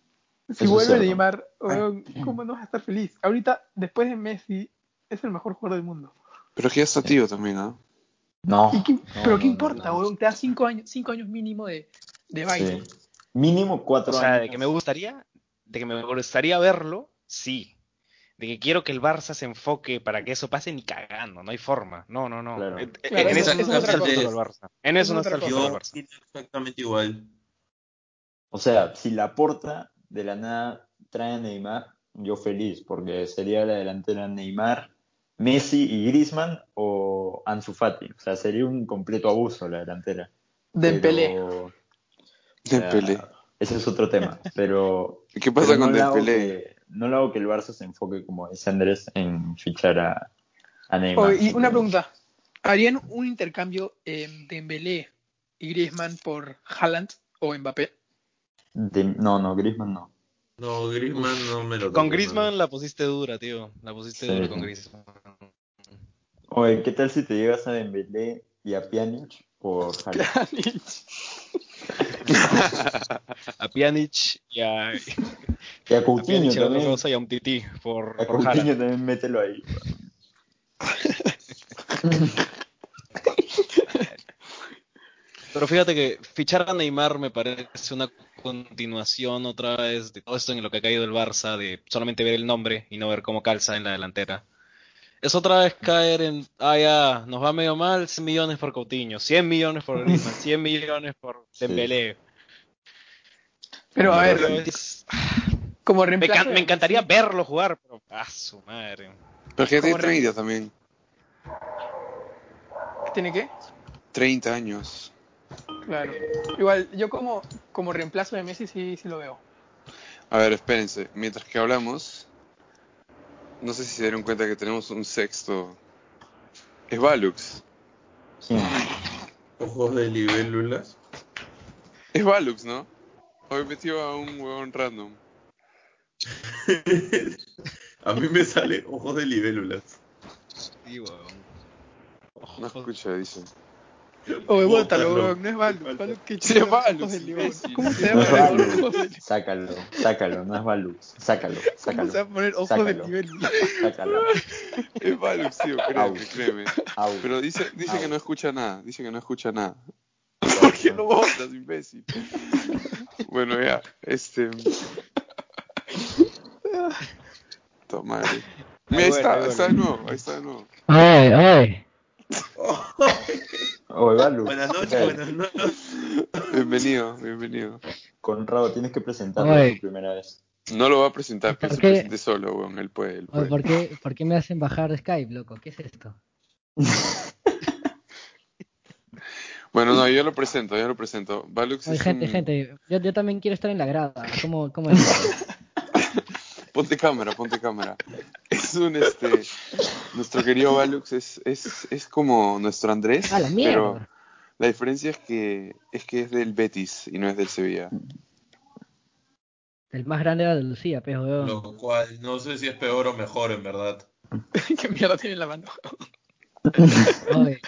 E: si
C: es
E: vuelve
C: cierto. Ah.
E: Neymar, weón, ¿cómo no vas a estar feliz? Ahorita, después de Messi, es el mejor jugador del mundo.
A: Pero es que ya está tío también, ¿no?
C: No.
E: ¿Y qué-
C: no,
E: pero
C: no,
E: qué
C: no,
E: importa,
C: no.
E: weón. Te da cinco años, cinco años mínimo de, de baile.
C: Sí. Mínimo
D: O
C: cuatro
D: sea,
C: años.
D: de que me gustaría, de que me gustaría verlo, sí. De que quiero que el Barça se enfoque para que eso pase ni cagando, no hay forma. No, no, no.
C: Claro.
D: Eh, eh,
E: Claro,
D: en eso,
E: eso- eso es
D: no está
E: otra
D: el
E: cosa.
D: futuro del Barça. En
E: Eso
D: eso
E: es
D: no está el
E: otra
D: futuro del
B: Yo
D: Barça.
B: opino exactamente igual.
C: O sea, si la porta de la nada trae a Neymar, yo feliz, porque sería la delantera Neymar, Messi y Griezmann o Ansu Fati. O sea, sería un completo abuso la delantera.
E: De
C: Pero-
E: Pelé.
C: o sea,
A: Dembélé.
C: Ese es otro tema, pero
A: ¿Y ¿Qué pasa
C: Pero
A: con
C: no lo hago
A: Dembélé?
C: que- no lo hago que el Barça se enfoque, como dice Andrés, en fichar a, a Neymar.
E: Oye, y una pregunta. ¿Harían un intercambio eh, de Mbélé y Griezmann por Haaland o Mbappé?
C: De- no, no, Griezmann no.
B: No, Griezmann no me lo
D: Con
B: toco,
D: Griezmann la pusiste dura, tío. La pusiste
C: Sí.
D: dura con Griezmann.
C: Oye, ¿qué tal si te llegas a Dembélé y a Pjanic por Haaland?
D: A Pjanic y a, a
C: Y a Coutinho
D: Pjanic y a
C: también.
D: Rosa y a un tití por,
C: A
D: por
C: Coutinho
D: Haaland.
C: también mételo ahí.
D: Pero fíjate que fichar a Neymar me parece una continuación otra vez de todo esto en lo que ha caído el Barça, de solamente ver el nombre y no ver cómo calza en la delantera. Es otra vez caer en, ah, ya, nos va medio mal, 100 millones por Coutinho, 100 millones por Griezmann, 100 millones por Dembélé.
E: Pero a
D: Pero
E: ver,
D: es-
E: como
D: me,
E: reemplazo.
D: encan- me encantaría verlo jugar, pero, ah, su madre.
A: Pero que ya tiene
E: Correcto.
A: 30 también.
E: ¿Tiene qué?
A: 30 años.
E: Claro. Igual, yo como, como reemplazo de Messi sí, sí lo veo.
A: A ver, espérense. Mientras que hablamos, no sé si se dieron cuenta que tenemos un sexto. Es Valux.
C: ¿Quién?
B: Ojos de libélulas.
A: Es Valux, ¿no? Hoy metió a un huevón random.
B: A mí me sale ojos de libélulas.
D: Sí, huevón.
A: No escucha, dice.
E: Oye,
B: Bótalo.
E: bótalo, weón, no es Valux.
B: Bótalo.
E: Valux, qué
A: Sí,
E: chulo,
A: es Valux,
E: ojos de león.
A: imbécil.
E: ¿Cómo se
C: No
E: va
C: es
E: a poner ojos
C: Valux.
E: de león?
C: Sácalo, sácalo, no es Valux. Sácalo,
E: ¿Cómo
C: sácalo.
E: se va a poner ojos de
C: Sácalo.
E: nivel?
C: Sácalo.
A: Es Valux, tío, créeme,
C: Ouch.
A: créeme.
C: Au.
A: Pero dice, dice
C: Au.
A: que no escucha nada, dice que no escucha nada. ¿Por qué lo votas, imbécil? Bueno, ya, este... Toma, eh. Mira, ahí
D: Ahí vuelve,
A: está,
D: ahí
A: ahí está de nuevo, ahí está de nuevo.
F: Oye, oye.
C: Oye, Valux.
B: Buenas
C: o sea,
B: noches, buenas noches.
A: Bienvenido, bienvenido.
C: Conrado, tienes que presentarlo
F: Oye.
C: por primera vez.
A: No lo va a presentar, que
F: ¿Por
A: se
F: qué?
A: presente solo, weón, él puede, él
F: Oye,
A: puede.
F: ¿por qué, ¿por qué me hacen bajar Skype, loco? ¿Qué es esto?
A: Bueno, no, yo lo presento, yo lo presento. Valux
F: Oye,
A: es
F: gente,
A: un-
F: gente, yo, yo también quiero estar en la grada. ¿Cómo, cómo es esto?
A: Ponte cámara, ponte cámara. Es un este. Nuestro querido Valux es, es, es como nuestro Andrés.
F: ¡A Ah, la
A: Pero
F: mierda!
A: la diferencia es que es que es del Betis y no es del Sevilla.
F: Mm. El más grande era de Lucía, pero
B: Lo cual no sé si es peor o mejor, en verdad.
E: ¿Qué mierda tiene en la mano?
F: Oye,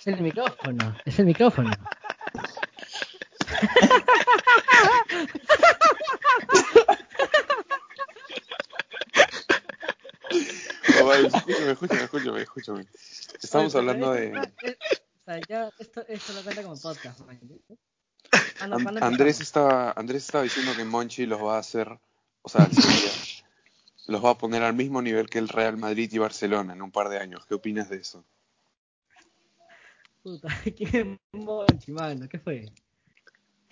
F: es el micrófono, es el micrófono.
A: Oh, Valux, escúchame, escúchame, escúchame, escúchame. Estamos
F: Oye, pero
A: hablando
F: es-
A: de.
F: es- o sea, ya esto, esto lo cuenta como podcast, man. Ah, no,
A: An-
F: ¿cuándo
A: Andrés
F: empezamos?
A: estaba, Andrés estaba diciendo que Monchi los va a hacer, o sea, al Sevilla, los va a poner al mismo nivel que el Real Madrid y Barcelona en un par de años. ¿Qué opinas de eso?
F: Puta, qué monchi, mano, ¿qué fue?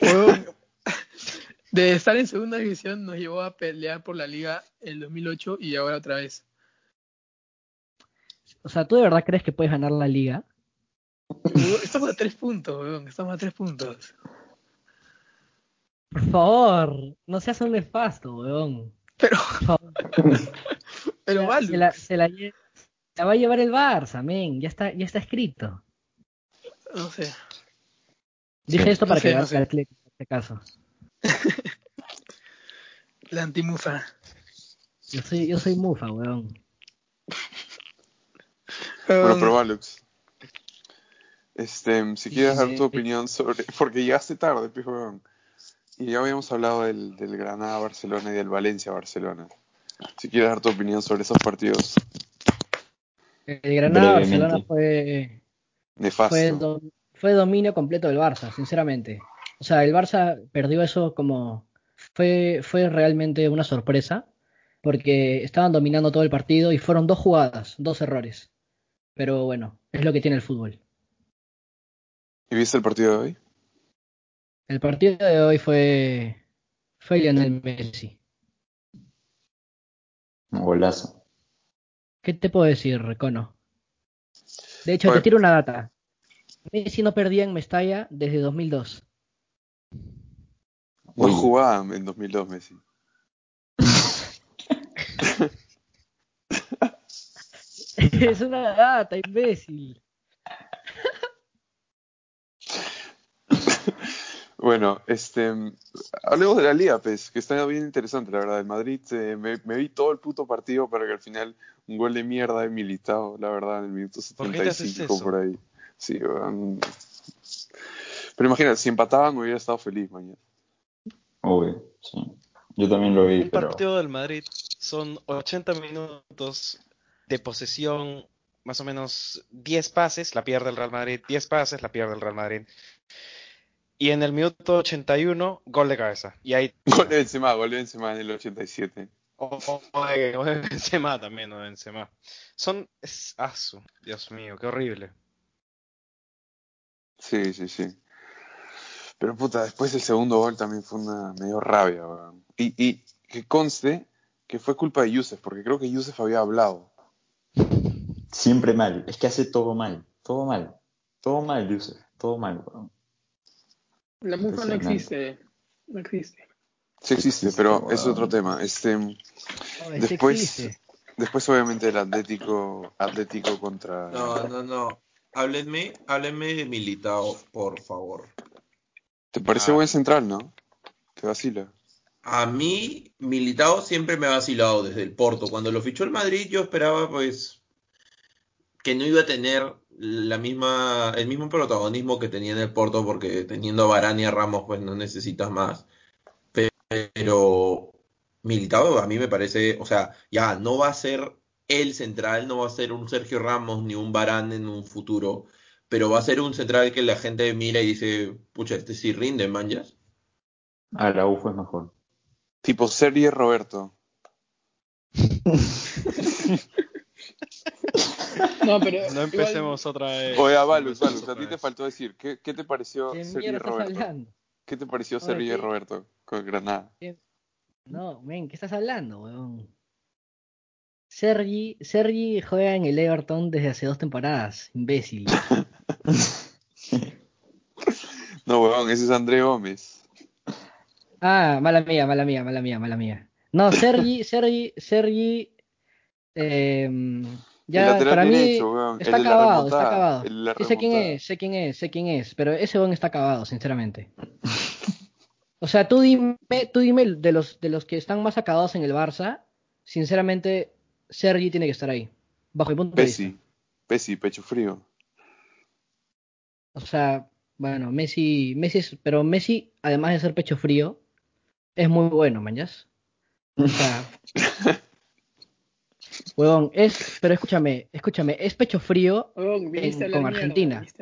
E: Weón, De estar en segunda división nos llevó a pelear por la liga el 2008 y ahora otra vez.
F: O sea, ¿tú de verdad crees que puedes ganar la liga?
E: Weón, Estamos a tres puntos, weón, estamos a tres puntos.
F: Por favor, no seas un nefasto, weón.
E: Pero,
F: Por favor.
E: pero
F: Se-
E: Valux,
F: Se la, se la lle- la va a llevar el Barça, men. Ya está, ya está escrito.
E: no sé.
F: Dije esto para
E: no sé,
F: que
E: no
F: hagas
E: sé.
F: clic en este caso.
E: La antimufa.
F: Yo soy, yo soy mufa, weón.
A: Bueno,
E: Weón,
A: pero Valux. Este, si quieres dar tu opinión sobre. Porque llegaste tarde, pues, weón. Y ya habíamos hablado del, del Granada-Barcelona y del Valencia-Barcelona. Si quieres dar tu opinión sobre esos partidos,
F: El Granada Barcelona
C: Brevemente.
F: fue, fue,
A: nefasto.
F: do- fue dominio completo del Barça, sinceramente. O sea, el Barça perdió eso como fue, fue realmente una sorpresa, porque estaban dominando todo el partido y fueron dos jugadas, dos errores. Pero bueno, es lo que tiene el fútbol.
A: ¿Y viste el partido de hoy?
F: El partido de hoy fue, fue Lionel Messi.
C: Un golazo.
F: ¿Qué te puedo decir, Recono? De hecho,
A: Oye.
F: te tiro una data. Messi no perdía en Mestalla desde 2002.
A: No
C: Uy.
A: jugaba en 2002, Messi.
F: es una data, imbécil.
A: Bueno, este, hablemos de la liga, pues, que está bien interesante, la verdad. El Madrid, eh, me, me vi todo el puto partido para que al final un gol de mierda de Militao, la verdad, en el minuto
D: ¿Por qué te haces
A: 75
D: eso?
A: por ahí. Sí, weón. Pero imagínate, si empataban hubiera estado feliz mañana.
C: Obvio, sí. Yo también lo vi,
D: Un
C: pero.
D: partido del Madrid son 80 minutos de posesión, más o menos 10 pases, la pierde el Real Madrid, 10 pases, la pierde el Real Madrid. Y en el minuto 81, gol de cabeza. Y ahí.
A: Gol de Benzema, gol de Benzema en el 87.
D: O, o de, o de Benzema también, o de Benzema. Son. Es asu. Dios mío, qué horrible.
A: Sí, sí, sí. Pero puta, después el segundo gol también fue una medio rabia, weón. Y, y que conste que fue culpa de Yusef, porque creo que Yusef había hablado.
C: Siempre mal. Es que hace todo mal. Todo mal. Todo mal, Yusef. Todo mal, weón.
E: La mufa no
C: Impresionante.
E: existe. No existe.
A: Sí existe,
C: Sí,
A: pero
C: weón.
A: es otro tema. Este,
F: Ay, sí
A: después,
F: existe.
A: después obviamente el Atlético, Atlético contra.
B: No, no, no. Háblenme, háblenme de Militao, por favor.
A: ¿Te parece
D: Ah.
A: buen central, no? Te vacila.
B: A mí, Militao siempre me ha vacilado desde el Porto. Cuando lo fichó el Madrid, yo esperaba, pues, que no iba a tener la misma, el mismo protagonismo que tenía en el Porto, porque teniendo a Varane y a Ramos, pues no necesitas más. Pero Militao a mí me parece, o sea, ya no va a ser el central, no va a ser un Sergio Ramos ni un Varane en un futuro, pero va a ser un central que la gente mira y dice, pucha, este sí rinde, manjas.
C: Araujo es mejor.
A: Tipo Sergio Roberto.
E: No, pero.
D: No
E: igual-
D: empecemos otra vez. pues.
A: Oye, a Valus,
D: No empecemos
A: Valus, a ti
D: otra
A: te
D: vez.
A: faltó decir, ¿qué, qué te pareció
F: ¿Qué
A: Sergio
F: mierda estás
A: Roberto?
F: hablando?
A: ¿Qué te pareció
F: Oye,
A: Sergio
F: ¿qué?
A: Roberto con Granada?
F: No, men, ¿qué estás hablando, weón? Sergi, Sergi juega en el Everton desde hace dos temporadas, imbécil.
A: No, weón, ese es André Gómez.
F: Ah, mala mía, mala mía, mala mía, mala mía. No, Sergi, Sergi, Sergi. em,
A: el
F: ya,
A: lateral
F: para mí
A: derecho, weón.
F: está
A: el de la
F: acabado, está
A: remontada,
F: acabado.
A: el de la
F: Sí sé quién
A: remontada.
F: es, sé quién es, sé quién es, pero ese weón está acabado, sinceramente. O sea, tú dime, tú dime de los, de los que están más acabados en el Barça, sinceramente, Sergi tiene que estar ahí, bajo mi punto de vista.
A: Pessi. Pessi, pecho frío.
F: O sea, bueno, Messi, Messi es- pero Messi, además de ser pecho frío, es muy bueno, mañas. O sea, huevón, es, pero escúchame, escúchame, es pecho frío
E: Huevón, viniste a hablar
F: En- con
E: mierda,
F: Argentina.
E: viniste